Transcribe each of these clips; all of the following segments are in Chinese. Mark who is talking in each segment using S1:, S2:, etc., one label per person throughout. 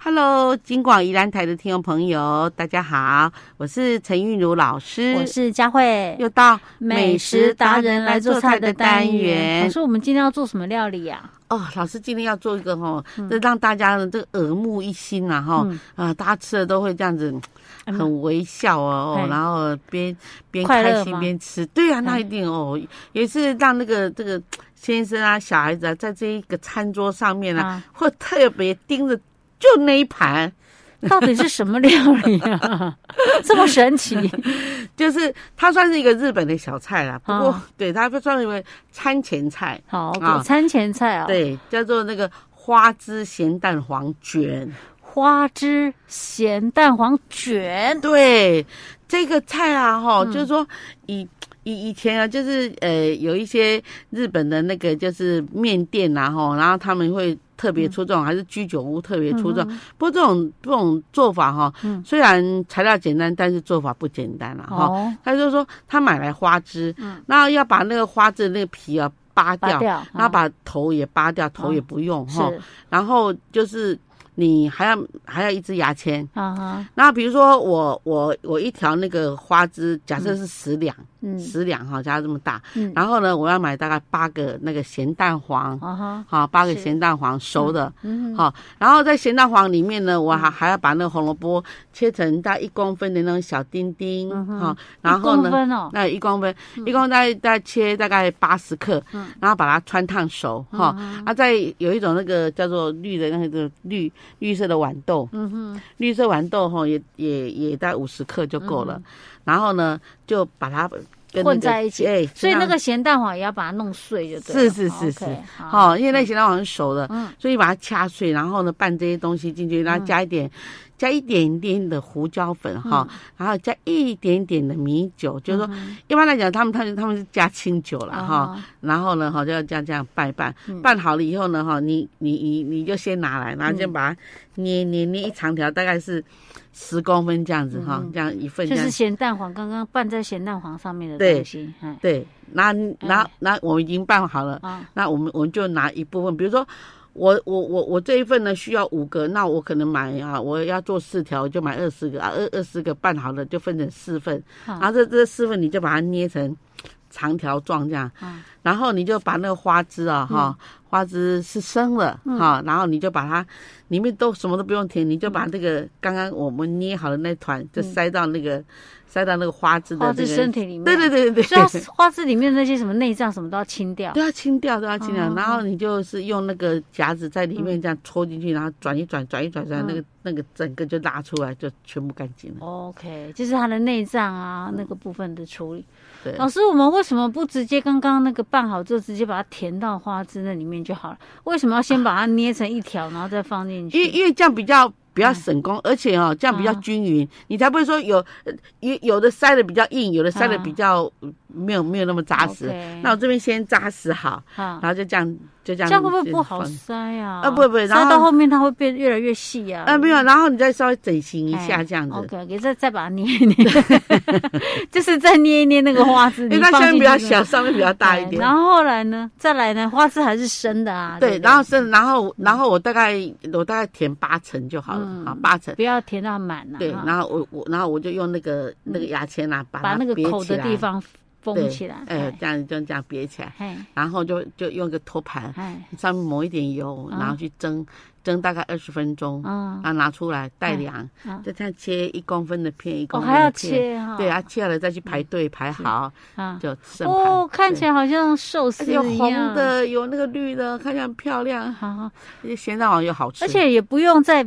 S1: Hello，金广宜兰台的听众朋友，大家好，我是陈韵如老师，
S2: 我是佳慧，
S1: 又到
S2: 嗯美食达人来做菜的单元。老
S1: 元
S2: 师，我们今天要做什么料理啊呀、
S1: 哦，老师今天要做一个哈，这让大家的这个耳目一新啊哈
S2: 嗯
S1: 啊，大家吃了都会这样子
S2: 嗯
S1: 很微笑哦，哦
S2: 嘿
S1: 然后边边
S2: 快乐
S1: 开心
S2: 吗嗯
S1: 边吃，对啊，那
S2: 嘿
S1: 一定哦，也是让那个这个先生啊、小孩子啊，在这一个餐桌上面啊，
S2: 啊？
S1: 会特别盯着就那一盘。
S2: 到底是什么料理啊？ 这么神奇？
S1: 就是它算是一个日本的小菜啦，不过、
S2: 哦
S1: 对它算是一个餐前菜，
S2: 好，
S1: 啊
S2: 午餐前菜啊、，
S1: 对，叫做那个花枝咸蛋黄 卷。
S2: 花枝咸蛋黄卷，
S1: 对，这个菜啊，哈、
S2: 嗯
S1: 就是说以以以前啊，就是呃，有一些日本的那个就是面店啊，哈，然后他们会特别出这种，还是居酒屋特别出这种。不过这种这种做法哈、
S2: 嗯
S1: 虽然材料简单，但是做法不简单了、啊、哈。
S2: 哦，
S1: 他就说他买来花枝，
S2: 嗯
S1: 那要把那个花枝的那个皮啊扒
S2: 拔
S1: 掉，
S2: 掉，
S1: 然后
S2: 拔
S1: 把头也扒掉，头也不用哈、
S2: 是
S1: 然后就是你还要还要一支牙签。
S2: 啊哈，
S1: 那比如说我我我一条那个花枝，假设是十两，
S2: 嗯
S1: 十两哈，加这么大。
S2: 嗯，
S1: 然后呢，我要买大概八个那个咸蛋黄，
S2: 啊哈，
S1: 好、八个
S2: 是
S1: 咸蛋黄熟的，
S2: 嗯
S1: 好、然后在咸蛋黄里面呢，我还还要把那个红萝卜切成大概一公分的那种小丁丁，
S2: 嗯哼
S1: 好、然后
S2: 一公
S1: 呢，
S2: 分哦，
S1: 那一公分，一公分大概大概切大概八十克，
S2: 嗯
S1: 然后把它穿烫熟，哈、
S2: 嗯
S1: 啊，再有一种那个叫做绿的那个绿绿色的豌豆，
S2: 嗯哼，
S1: 绿色豌豆哈也也也大概五十克就够了，
S2: 嗯
S1: 然后呢就把它跟、那个、
S2: 混在一起
S1: 哎
S2: 所以那
S1: 这样
S2: 个咸蛋黄也要把它弄碎就对了，哦
S1: 是是是是
S2: OK，好，
S1: 好、因为那咸蛋黄是熟的，
S2: 嗯
S1: 所以把它掐碎，然后呢拌这些东西进去，然后加一点，加一点点的胡椒粉哈、
S2: 嗯
S1: 然后加一点点的米酒，就是说一般来讲，他们他们他们是加清酒了哈、
S2: 啊
S1: 然后呢哈就要这样这样拌一拌，
S2: 嗯
S1: 拌好了以后呢哈，你你你你就先拿来，然后先把它捏捏捏一长条，大概是十公分这样子哈、这样一份这
S2: 嗯就
S1: 样
S2: 是咸蛋黄，刚刚拌在咸蛋黄上面的
S1: 对
S2: 东西，哎，
S1: 对，那那
S2: 哎
S1: 那我们已经拌好了。
S2: 啊，
S1: 那我们我们就拿一部分，比如说我我我我这一份呢需要五个，那我可能买啊，我要做四条，我就买二十个啊，二二十个拌好了就分成四份，
S2: 好
S1: 然后这这四份你就把它捏成长条状这样，
S2: 啊
S1: 然后你就把那个花枝啊哈、
S2: 嗯
S1: 花枝是生了哈、然后你就把它里面都什么都不用填，你就把这个刚刚我们捏好的那团就塞到那个、塞到那个花枝的
S2: 嗯花
S1: 那
S2: 枝
S1: 个，
S2: 身体里面，
S1: 对 对，对对
S2: 所以
S1: 对。
S2: 它花枝里面那些什么内脏什么都要清掉
S1: 都，要清掉，都要清掉。
S2: 哦
S1: 然后你就是用那个夹子在里面这样戳进去，然后转一转，转一转，转一转那个那个整个就拉出来，就全部干净了。
S2: OK，就是它的内脏啊那个部分的处理。
S1: 对
S2: 老师，我们为什么不直接刚刚那个拌好之后直接把它填到花枝那里面就好了？为什么要先把它捏成一条，然后再放进
S1: 因为
S2: 去？
S1: 因为这样比较比
S2: 嗯
S1: 较省工，而且哦这样比较均匀，你才不会说有呃有有的塞的比较硬，有的塞的比较呃没有没有那么扎实。
S2: 嗯 OK
S1: 那我这边先扎实好，
S2: 啊
S1: 然，后就这样就这样。
S2: 这样会不会不好
S1: 放
S2: 塞啊？
S1: 啊不会不会
S2: 塞
S1: 然后
S2: 到后面它会变越来越细啊。
S1: 啊，没有，然后你再稍微整形一下
S2: 哎
S1: 这样子。
S2: OK，给再再把它捏一捏， 就是再捏一捏那个花枝。
S1: 因
S2: 你
S1: 为它
S2: 放
S1: 下面
S2: 进
S1: 比较
S2: 去之
S1: 小，
S2: 后
S1: 上面比较大一
S2: 哎
S1: 点。
S2: 然后后来呢，再来呢，花枝还是生的啊。
S1: 对，
S2: 不
S1: 然后是，然后然后我大概我大概填八成就好了，
S2: 嗯
S1: 好八成。
S2: 不要填到满啊。
S1: 对，
S2: 哈
S1: 然后我我然后我就用那个那个牙签啊，把
S2: 嗯把
S1: 它
S2: 那个
S1: 别
S2: 口
S1: 起
S2: 的
S1: 来
S2: 地，方封
S1: 对
S2: 起来。
S1: 哎
S2: 哎，
S1: 这样就这样别起来，
S2: 哎
S1: 然后就就用个托盘，
S2: 哎，
S1: 上面抹一点油，然后去蒸蒸大概二十分钟，
S2: 嗯
S1: 然，后拿出来带凉
S2: 嗯，
S1: 就这样切一公分的片，一
S2: 我
S1: 公分
S2: 还要
S1: 的片，
S2: 切哈。
S1: 啊对啊，切了再去排队排好
S2: 啊，
S1: 就盛盘。
S2: 哦，看起
S1: 来
S2: 来好像寿司一
S1: 有
S2: 样。
S1: 红的，有那个绿的，看起来很漂亮，
S2: 好，好，
S1: 咸蛋黄又好吃，
S2: 而且也不用再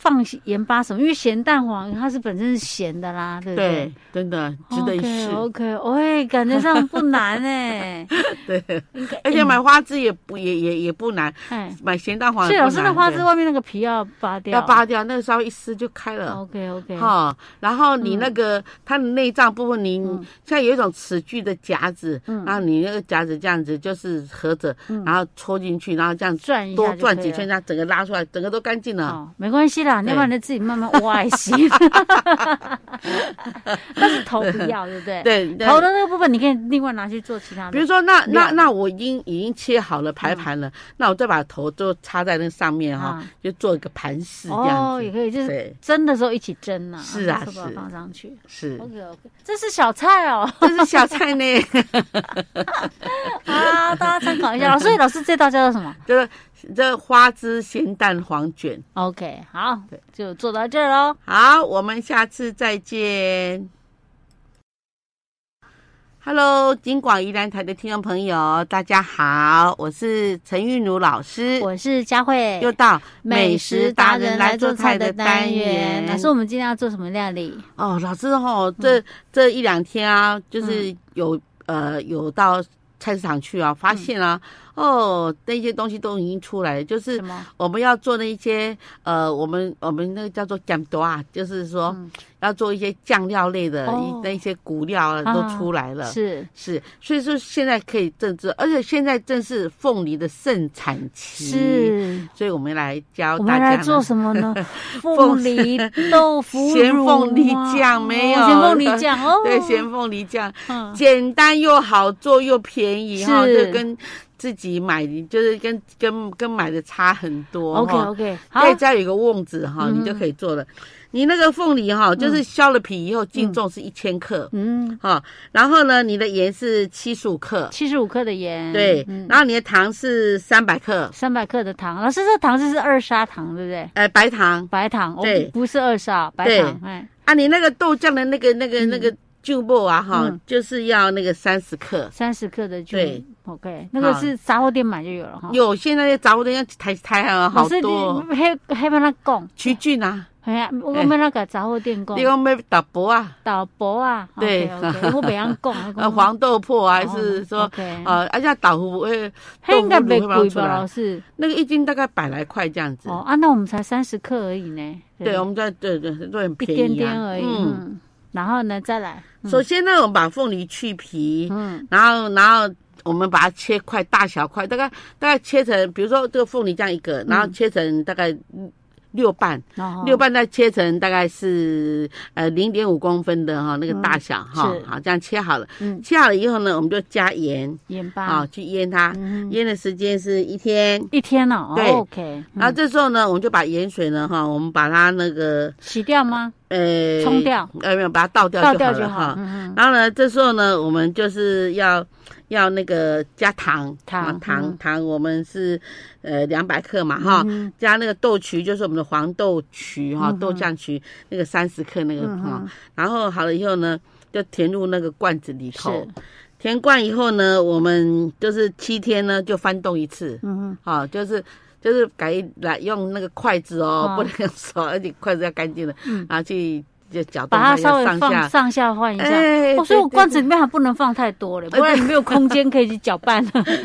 S2: 放盐巴什么，因为咸蛋黄它是本身是咸的啦，对不哦
S1: 对？，真的哦值得一试。
S2: OK，喂，感觉上不难 哎，
S1: 对，而
S2: 嗯
S1: 且买花枝也不也也也不难，
S2: 哎，
S1: 买咸蛋黄
S2: 所以
S1: 也
S2: 老
S1: 不
S2: 师
S1: 难。
S2: 那花枝
S1: 对
S2: 外面那个皮要扒掉，
S1: 要扒掉，那个稍微一撕就开了。
S2: OK OK，
S1: 哈、然后你那个、它的内脏部分，你
S2: 嗯
S1: 像有一种齿具的夹子，
S2: 嗯
S1: 然后你那个夹子这样子就是合着，然后戳进去，然后这样
S2: 转一下
S1: 多
S2: 就
S1: 转
S2: 可以
S1: 几
S2: 了
S1: 圈，这样整个拉出来，整个都干净了。
S2: 哦，没关系
S1: 对
S2: 啦，要不然就自己慢慢挖也行。 但是头不要，对不对？
S1: 对，对
S2: 头的那个部分你可以另外拿去做其他
S1: 比
S2: 的
S1: 如。说，那那
S2: 料
S1: 那我已经已经切好了排盘了，那我再把头就插在那上面哈、
S2: 嗯啊
S1: 就做一个盘式这样
S2: 哦，
S1: 子。
S2: 也可以，就是
S1: 对，
S2: 蒸的时候一起蒸呐、
S1: 是啊
S2: 把它
S1: 是
S2: 放上去。
S1: 是，
S2: OK OK，这是小菜 哦，
S1: 这是小菜呢，
S2: 啊，大家参考一下。所以老师这道叫做什么
S1: 就是这花枝咸蛋黄卷。
S2: ？OK，好
S1: 对，
S2: 就做到这儿喽。
S1: 好，我们下次再见。Hello，金广宜兰台的听众朋友，大家好，我是陈玉茹老师，
S2: 我是佳慧，
S1: 又到美食达人来做菜的单元。
S2: 老师，我们今天要做什么料理？
S1: 哦，老师哦，
S2: 嗯
S1: 这、这一两天啊，就是有、呃有到菜市场去啊，发现啊，哦那些东西都已经出来了，就是
S2: 嗯什么？
S1: 我们要做那一些呃，我们我们那个叫做酱多啊，就是说、
S2: 嗯
S1: 要做一些酱料类的、
S2: 哦
S1: 一那一些骨料啊
S2: 啊
S1: 都出来了。
S2: 是
S1: 是，所以说现在可以正制，而且现在正是凤梨的盛产期，，
S2: 是，
S1: 所以我们来教
S2: 我
S1: 大家
S2: 们来
S1: 呢
S2: 做什么呢？ 凤梨豆腐
S1: 咸
S2: 乳
S1: 凤梨
S2: 啊
S1: 酱没
S2: 哦
S1: 有
S2: 咸凤梨酱哦，
S1: 对咸凤梨酱，
S2: 嗯
S1: 简单又好做又便宜哈，
S2: 是
S1: 就跟自己买就是跟跟跟买的差很多哈。
S2: OK OK，好，
S1: 哦再加有一个瓮子哈，
S2: 嗯
S1: 你就可以做了。你那个凤梨哈，就是削了皮以后净重是一千克
S2: 嗯，
S1: 哈，然后呢，你的盐是七十五克，
S2: 七十五克的盐，嗯
S1: 对，然后你的糖是三百克，
S2: 三百克的糖。老师，这糖是是二砂糖，对不对？
S1: 呃，白糖
S2: 白糖，哦
S1: 对，
S2: 不是二砂，白
S1: 对
S2: 糖，哎，
S1: 啊，你那个豆浆的那个那个那个旧布啊哈
S2: 嗯，
S1: 就是要那个三十克。
S2: 三十克的就
S1: 对
S2: OK，那个
S1: 好
S2: 是杂货店买就有了哈。
S1: 有现在杂货店要台台行啊好
S2: 哦老师，
S1: 多，
S2: 你还还帮他讲，
S1: 曲菌啊。
S2: 哎呀，我我们那个杂货店讲
S1: 你，讲要打薄啊，
S2: 导播啊，
S1: 对
S2: OK，OK，我不要讲，
S1: 呃，黄豆破 啊还是
S2: 哦
S1: 说
S2: ，OK
S1: 呃，而且打糊会
S2: 它应该没
S1: 呃豆腐乳会冒
S2: 贵
S1: 出
S2: 吧，
S1: 来
S2: 老师？
S1: 那个一斤大概百来块这样子
S2: 哦。啊，那我们才三十克而已呢。
S1: 对，我们在对对都很
S2: 一
S1: 便宜啊。
S2: 点点而已。
S1: 嗯，
S2: 嗯，然后呢，再来，
S1: 首先呢，我们把凤梨去皮，
S2: 嗯，
S1: 然后然后我们把它切块，大小块，大概大概切成，比如说这个凤梨这样一
S2: 嗯
S1: 个，然后切成大概六瓣，
S2: 然后
S1: 六瓣再切成大概是呃零点五公分的哈那个大小哈
S2: 嗯是，
S1: 好这样切好了。
S2: 嗯
S1: 切好了以后呢，我们就加盐
S2: 盐
S1: 啊
S2: 巴，
S1: 去腌它。
S2: 嗯，
S1: 腌的时间是一天。
S2: 一天哦
S1: 对啊
S2: 哦，OK，
S1: 然后
S2: 嗯
S1: 这时候呢，我们就把盐水呢，哈，我们把它那个
S2: 洗掉吗？
S1: 呃
S2: 冲，掉，
S1: 呃，没有，把它倒掉
S2: 倒
S1: 就好
S2: 掉就
S1: 了
S2: 好。
S1: 哈。
S2: 嗯嗯，
S1: 然后呢，这时候呢，我们就是要要那个加糖，
S2: 糖
S1: 啊糖
S2: 嗯
S1: 糖，我们是呃两百克嘛哈，
S2: 嗯
S1: 加那个豆曲，就是我们的黄豆曲哈
S2: 嗯，哼
S1: 豆酱曲那个三十克那个
S2: 嗯
S1: 哈
S2: 哼。
S1: 然后好了以后呢，就填入那个罐子里头
S2: 是。，
S1: 填罐以后呢，我们就是七天呢就翻动一次。
S2: 嗯
S1: 好、就是就是改来用那个筷子哦，
S2: 哦
S1: 不能用手，而且筷子要干净的，
S2: 嗯
S1: 然后去就搅动
S2: 把它
S1: 它
S2: 稍
S1: 要
S2: 微
S1: 上
S2: 放
S1: 下。
S2: 上下换一下。
S1: 哎
S2: 哦，所以我
S1: 对对
S2: 罐子里面还不能放太多嘞，
S1: 哎
S2: 不然你没有空间可以去搅拌。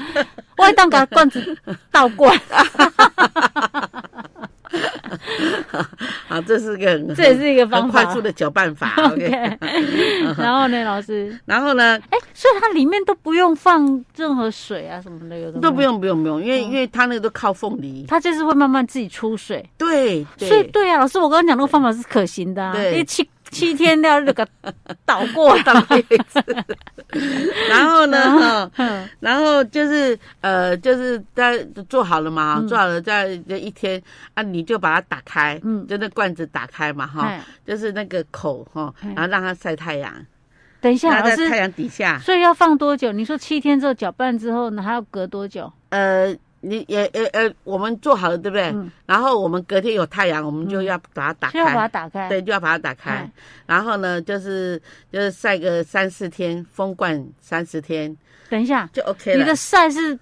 S2: 我一旦把罐子倒过来，
S1: 啊，这是个很
S2: 这也是一个
S1: 很
S2: 方法
S1: 快。速的搅拌 法。OK，
S2: OK，然后呢，老师，
S1: 然后呢
S2: 哎，所以它里面都不用放任何水啊什么的，有的没有
S1: 都不，用不用不用，因为、
S2: 嗯
S1: 因为它那个都靠凤梨。
S2: 它就是会慢慢自己出水。
S1: 对
S2: 所以
S1: 对，
S2: 对啊，老师，我刚刚讲那个方法是可行的啊，
S1: 对
S2: 因为七七天料就给它倒 过来。
S1: 到位置。 然后呢？哈
S2: 嗯
S1: 然后就是呃，就是在做好了嘛，
S2: 嗯
S1: 做好了在这一天啊，你就把它打开，
S2: 嗯
S1: 就那罐子打开嘛，哈，
S2: 哎
S1: 就是那个口哈，
S2: 哎
S1: 然后让它晒太阳，
S2: 等一下，
S1: 然
S2: 啊老
S1: 后在
S2: 师
S1: 太，阳底下，
S2: 所以要放多久？你说七天之后搅拌之后呢，还要隔多久？
S1: 呃，你也呃呃，我们做好了对不对？
S2: 嗯啊
S1: 然后我们隔天有太阳，我们就要把它打
S2: 就要把
S1: 开，
S2: 它打开。
S1: 对，就要把它打开
S2: 哎。
S1: 然后呢，就是就是晒个三四天，封罐三十天
S2: 等一下，
S1: 就 OK
S2: 你
S1: 了
S2: 的。晒是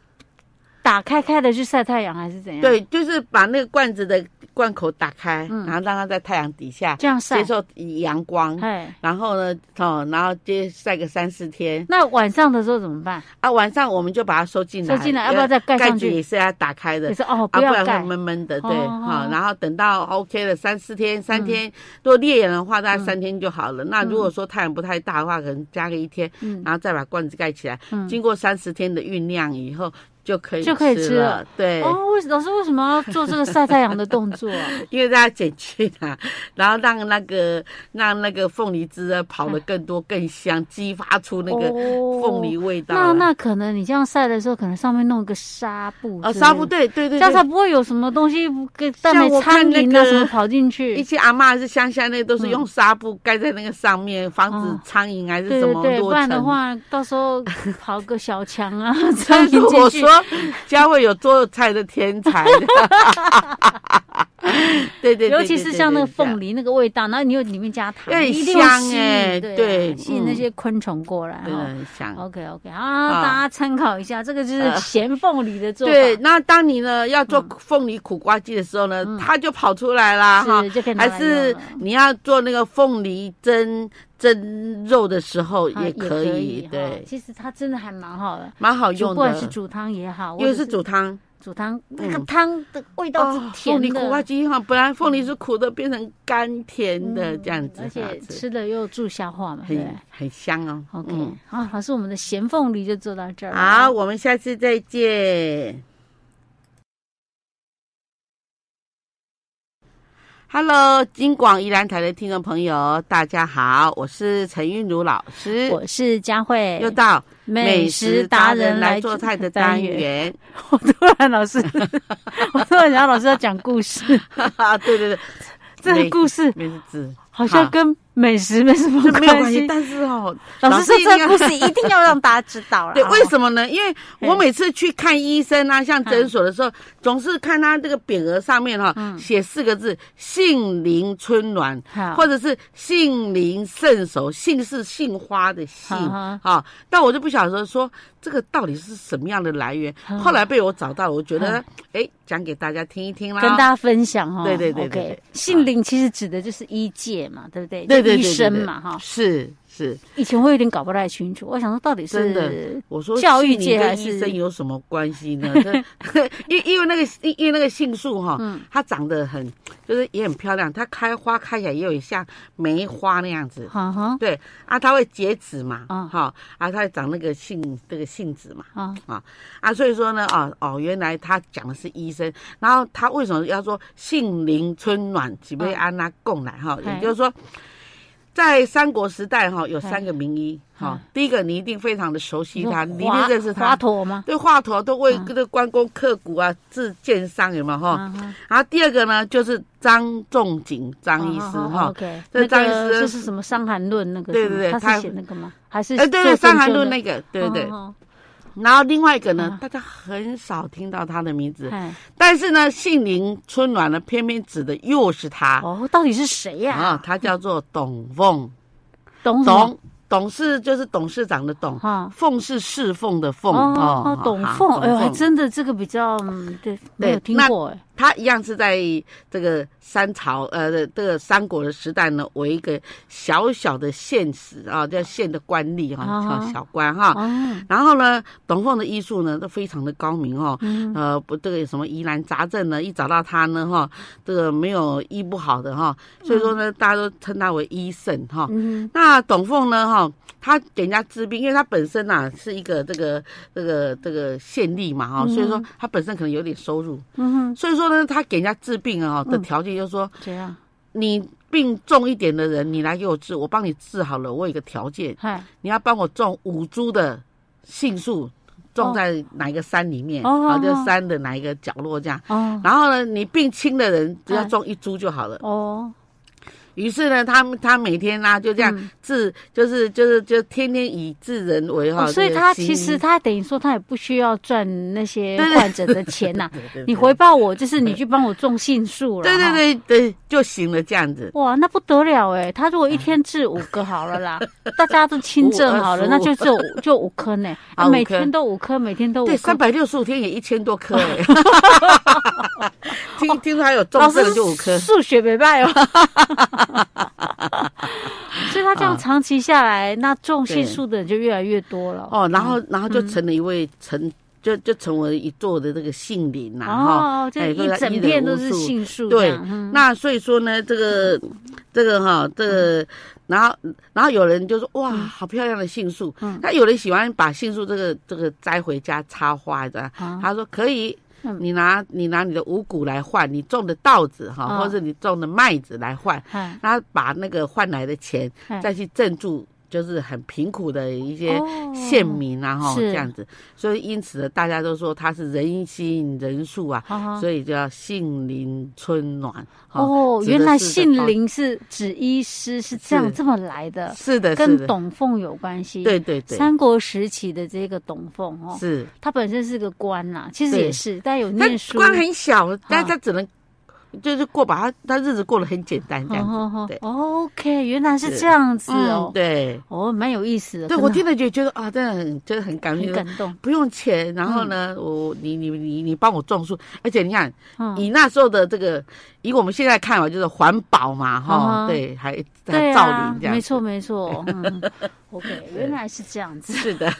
S2: 打开开的去晒太阳，还是怎样？，
S1: 对，就是把那个罐子的罐口打开，
S2: 嗯
S1: 然后让它在太阳底下
S2: 这样晒
S1: 接。受阳光。
S2: 哎，
S1: 然后呢，哦，然后接晒个三四天
S2: 那晚上的时候怎么办？
S1: 啊，晚上我们就把它收进来，
S2: 收进来要不要再盖
S1: 盖
S2: 上
S1: 子也
S2: 去？
S1: 是要打开的
S2: 你，说哦，
S1: 啊，
S2: 不
S1: 不
S2: 要
S1: 然
S2: 盖
S1: 会。闷闷的，对，
S2: 哦哦
S1: 哈、
S2: 哦嗯
S1: 然后等到 OK 了，三四天，三天，如果烈阳的话，大概三天就好了。那如果说太阳不太大的话，可能加个一天，
S2: 嗯
S1: 然后再把罐子盖起来。
S2: 嗯
S1: 经过三十天的酝酿以后，就可以
S2: 就可以吃
S1: 了
S2: 了。
S1: 对，
S2: 哦，为老师为什么要做这个晒太阳的动作啊？
S1: 因为大家减轻它，然后让那个让那个凤梨汁啊跑得更多更香，激发出 那个
S2: 哎哦
S1: 凤梨味道
S2: 那
S1: 啊。
S2: 那可能你这样晒的时候，可能上面弄个纱布
S1: 哦，
S2: 之
S1: 纱
S2: 类
S1: 布
S2: 的，
S1: 对对对，
S2: 这样
S1: 对
S2: 才不会有什么东西给蛋
S1: 像
S2: 没
S1: 我看
S2: 苍
S1: 那
S2: 蝇啊
S1: 个
S2: 什么跑进去。
S1: 一些阿嬷还是乡下那都是
S2: 嗯
S1: 用纱布盖在那个上面，防止
S2: 哦
S1: 苍蝇还是
S2: 对
S1: 什
S2: 对
S1: 么
S2: 对，不
S1: 落
S2: 然的
S1: 尘。
S2: 话，到时候跑个小强 啊，苍
S1: 但是
S2: 蝇
S1: 我
S2: 进
S1: 说
S2: 去。，
S1: 佳慧有做菜的天才， 对对对，
S2: 尤其是像那个凤
S1: 梨，
S2: 梨那个味道，然后你又里面加糖，
S1: 对
S2: 一定会
S1: 香
S2: 吸引
S1: 欸
S2: 对啊
S1: 对
S2: 吸引
S1: 嗯
S2: 那些昆虫过来
S1: 对真的
S2: 哦。
S1: 很香。
S2: OK OK
S1: 啊
S2: 啊，大家参考一下，这个就是
S1: 呃
S2: 咸凤梨的做法，嗯
S1: 对，那当你呢要做凤梨苦瓜鸡的时候呢，它就跑出来啦哈
S2: 是。就可以拿
S1: 还
S2: 来
S1: 是
S2: 用了
S1: 你要做那个凤梨蒸蒸肉的时候
S2: 啊
S1: 也可以，
S2: 哈
S1: 对，
S2: 其实它真的还蛮好的，
S1: 蛮好
S2: 煮
S1: 用
S2: 不管是
S1: 的。
S2: 煮汤也好，
S1: 因
S2: 或
S1: 为
S2: 者
S1: 是煮汤，
S2: 煮汤，那个
S1: 嗯哦
S2: 汤的味道是甜
S1: 凤梨
S2: 的，
S1: 苦瓜鸡哈，本来凤梨是苦的，变成甘甜的这样子，
S2: 嗯而
S1: 很好
S2: 且
S1: 吃
S2: 吃了又助消化嘛，对不
S1: 很
S2: 对。
S1: 很香哦。
S2: OK，、
S1: 嗯
S2: 好，老师，我们的咸凤梨就做到这儿了。
S1: 好，我们下次再见。Hello，金广宜兰台的听众朋友，大家好，我是陈韵如老师，
S2: 我是佳慧，
S1: 又到
S2: 美食达人
S1: 来
S2: 来
S1: 做菜的单
S2: 单元。
S1: 元。
S2: 我突然老 师，我突然想到老师要讲故事，
S1: 哈哈， 对对对，
S2: 这
S1: 美
S2: 个故事
S1: 美食
S2: 好像跟美食 没什么
S1: 这没有
S2: 关
S1: 关系，
S2: 系。
S1: 但是哦，
S2: 老师说
S1: 一定
S2: 这
S1: 要
S2: 个故事一定要让大家知道了。
S1: 对，
S2: 哦
S1: 为什么呢？因为我
S2: 嘿嗯
S1: 每次去看医生啊，像诊所的时候，总是看他这个匾额上面哈、
S2: 嗯
S1: 写四个字“杏林春暖”，
S2: 好
S1: 或者是“杏林圣手”，杏是杏花的杏
S2: 啊
S1: 啊。但我就不晓得说这个到底是什么样的来源。
S2: 嗯
S1: 后来被我找到了，我觉得哎，讲给大家听一听啦。
S2: 跟大家分享哈。
S1: 对对对
S2: o
S1: 对
S2: k
S1: 对
S2: 杏林其实指的就是医界嘛，对不对？
S1: 对对
S2: 就
S1: 对
S2: 医
S1: 对
S2: 生
S1: 对
S2: 嘛哈。
S1: 是是，
S2: 以前我有点搞不太清楚，我想说到底
S1: 真的
S2: 是
S1: 我说
S2: 教育
S1: 杏林
S2: 界
S1: 跟
S2: 还
S1: 医
S2: 是
S1: 生有什么关系 呢？这因因为那个因因为那个杏树哈，
S2: 嗯
S1: 它长得很就是也很漂亮，它开花开起来也有像梅花那样子。
S2: 哈哈
S1: 对啊，它会结籽嘛，
S2: 嗯
S1: 哈、啊，它会长那个杏这个杏子嘛，
S2: 啊
S1: 啊，所以说呢，啊哦，原来他讲的是医生，然后他为什么要说杏林春暖几
S2: 嗯
S1: 杯安娜共来哈？
S2: 嗨
S1: 也就是说，在三国时代哈，有
S2: 嗨
S1: 三个名医哈
S2: 嗯，
S1: 第一个你一定非常的熟悉他，你一
S2: 华
S1: 定认识
S2: 华
S1: 他。
S2: 佗吗？
S1: 对，华佗都为
S2: 嗯
S1: 这个关公刻骨啊，治建商有没有哈？
S2: 啊哈
S1: 然后第二个呢，就是张仲景张医师
S2: 哦哦哦
S1: 哈，
S2: ，OK，
S1: 这
S2: 那
S1: 张医师
S2: 个就是什么《伤寒论》那个
S1: 对
S2: 什么
S1: 对对
S2: 他
S1: 他
S2: 是写那个吗？还是
S1: 哎，对对，
S2: 做
S1: 伤寒
S2: 针灸
S1: 论
S2: 的
S1: 那个，对对。
S2: 哦
S1: 然后另外一个呢
S2: 啊，
S1: 大家很少听到他的名字
S2: 哦，哎
S1: 但是呢，杏林春暖呢，偏偏指的又是他
S2: 哦，到底是谁呀？
S1: 啊，他叫做董凤，
S2: 懂
S1: 董董事就是董事长的董，
S2: 哈
S1: 凤是侍奉的凤
S2: 哦，董凤，哎呦，还。
S1: 好
S2: 真的这个比较嗯对，没有听
S1: 那
S2: 过哎，
S1: 他一样是在这个三朝呃这个三国的时代呢，为一个小小的县使啊，叫县的官吏哈、
S2: 啊
S1: 啊，小官哈。
S2: 哦，
S1: 然后呢，董凤的医术呢都非常的高明哦，
S2: 嗯
S1: 呃，不，这个什么疑难杂症呢，一找到他呢，哈，这个没有医不好的哈，所以说呢，大家都称他为医圣哈。
S2: 嗯
S1: 那董凤呢，哈，他给人家治病，因为他本身呐、是一个这个这个这个县吏嘛，哈，所以说他本身可能有点收入，
S2: 嗯哼，
S1: 所以说呢，他给人家治病啊
S2: 嗯
S1: 的条件就是说，
S2: 怎样？
S1: 你病重一点的人，你来给我治，我帮你治好了，我有一个条件，
S2: 嗨，
S1: 你要帮我种五株的杏树，种
S2: 哦
S1: 在哪一个山里面，
S2: 哦
S1: 啊，
S2: 哦
S1: 就
S2: 哦
S1: 山的哪一个角落这样。
S2: 哦
S1: 然后呢，你病轻的人只要
S2: 哎
S1: 种一株就好了。
S2: 哦，
S1: 于是呢，他们他每天啦、就这样
S2: 嗯
S1: 治，就是就是就天天以治人为哈、
S2: 哦所以
S1: 这个
S2: 他
S1: 行
S2: 其
S1: 医
S2: 实他等于说他也不需要赚那些
S1: 对对
S2: 患者的钱呐，
S1: 对对
S2: 你
S1: 对
S2: 回报我就是你去帮我种杏树了，
S1: 对
S2: 哈
S1: 对对对就行了这样子。
S2: 哇，那不得了哎！他如果一天治五个好了啦，大家都轻症好
S1: 25
S2: 了，那就只有五就五颗呢、
S1: 啊
S2: 啊每
S1: 五颗
S2: 天都五颗，每天都五
S1: 对，
S2: 颗
S1: 三。百六十五天也一千多 颗哎、 听听说还有种
S2: 老
S1: 这
S2: 师
S1: 个就五颗，
S2: 数学没败哦。 所以他
S1: 啊
S2: 这样长期下来，那种杏树的人就越来越多了。
S1: 哦，然
S2: 嗯
S1: 后然后就成了一位成就就成为一座的这个杏林呐、哈、
S2: 哦，就
S1: 哎
S2: 一
S1: 对啊
S2: 整
S1: 一人
S2: 片
S1: 无
S2: 都是
S1: 数
S2: 杏树这
S1: 对
S2: 样。嗯，
S1: 那所以说呢，这个这个哈，这个，然后然后有人就说哇，
S2: 嗯
S1: 好漂亮的杏树，那有人喜欢把杏树这个这个摘回家插花的，
S2: 啊
S1: 他说可以
S2: 嗯。
S1: 你拿你拿你的五谷来换，你种的稻子哈，
S2: 嗯
S1: 或者你种的麦子来换，
S2: 嗨
S1: 然后把那个换来的钱
S2: 嗨
S1: 再去赈助，就是很贫苦的一些
S2: 哦
S1: 县民啊，哈、
S2: 是
S1: 这样子。所以因此呢，大家都说它是人心人数啊，
S2: 好好
S1: 所以叫杏林春暖。哈
S2: 哦，
S1: 指的
S2: 原来
S1: 是在
S2: 姓
S1: 帮
S2: 林是指医师，是这样
S1: 是
S2: 这么来的，
S1: 是的，是
S2: 跟
S1: 的，
S2: 董奉有关系。，
S1: 对对对，
S2: 三国时期的这个董奉哦，
S1: 是。
S2: 他本身是个官呐，其实
S1: 对
S2: 也是，但有
S1: 他
S2: 念书。哦
S1: 官很小，但他只能就是过把他他日子过得很简单这样子。
S2: 哦哦
S1: 对
S2: 哦，OK，原来是
S1: 是
S2: 这样子
S1: 嗯
S2: 哦，，
S1: 对，
S2: 哦，蛮有意思的。
S1: 对
S2: 真
S1: 我
S2: 的
S1: 听了就觉得啊，真的很真的很感
S2: 很
S1: 动。
S2: 感嗯动。
S1: 不用钱，然后呢，我你你你你帮我种树，而且你看，
S2: 嗯，
S1: 以那时候的这个，以我们现在看啊，就是环保嘛，
S2: 啊
S1: 哈，
S2: 哈
S1: 对，还还
S2: 对
S1: 造林
S2: 啊，
S1: 这样，
S2: 没错没错。嗯 ，OK，原来是这样子。
S1: 是的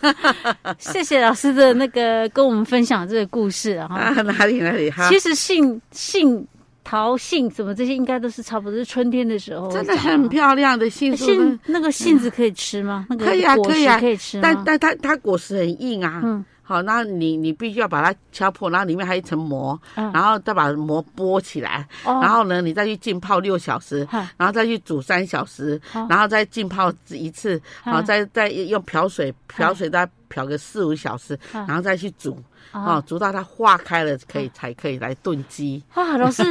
S2: 谢谢老师的那个跟我们分享这个故事啊。哈
S1: 啊，哪里哪里哈，
S2: 其实杏杏桃杏什么这些应该都是差不多，是春天的时候会
S1: 真
S2: 长。
S1: 的很漂亮的杏树，
S2: 杏那个杏子可以吃吗？那个
S1: 可以啊
S2: 果
S1: 可以
S2: 实
S1: 啊
S2: 可以吃吗？
S1: 但但它它果实很硬啊，
S2: 嗯
S1: 好，那你你必须要把它敲破，然后里面还有一层膜，
S2: 嗯
S1: 然后再把膜剥起来，
S2: 哦啊
S1: 然后呢，你再去浸泡六小时
S2: 嗨，
S1: 然后再去煮三小时
S2: 哦，
S1: 然后再浸泡一次，好，
S2: 嗯
S1: 再再用漂水漂水再漂个四五小时，
S2: 嗯
S1: 然后再去煮，
S2: 啊
S1: 哦，煮到它化开了，可以才可以来炖鸡。
S2: 啊，老师，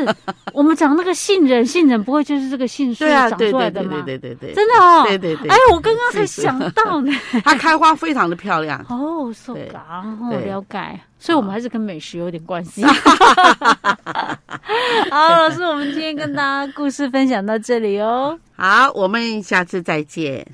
S2: 我们讲那个杏仁，杏仁不会就是这 个杏树
S1: 对啊，
S2: 长
S1: 对
S2: 出来
S1: 对
S2: 的
S1: 对
S2: 吗？
S1: 对对对对，
S2: 真的哦，
S1: 对对对
S2: 哎，我刚刚才想到 呢。。
S1: 它开花非常的漂亮
S2: 哦，手
S1: 对
S2: 港，哦，
S1: 对啊
S2: 了解。所以，我们还是跟美食有点 关系。好，老师，我们今天跟大家故事分享到这里哦。
S1: 好，我们下次再见。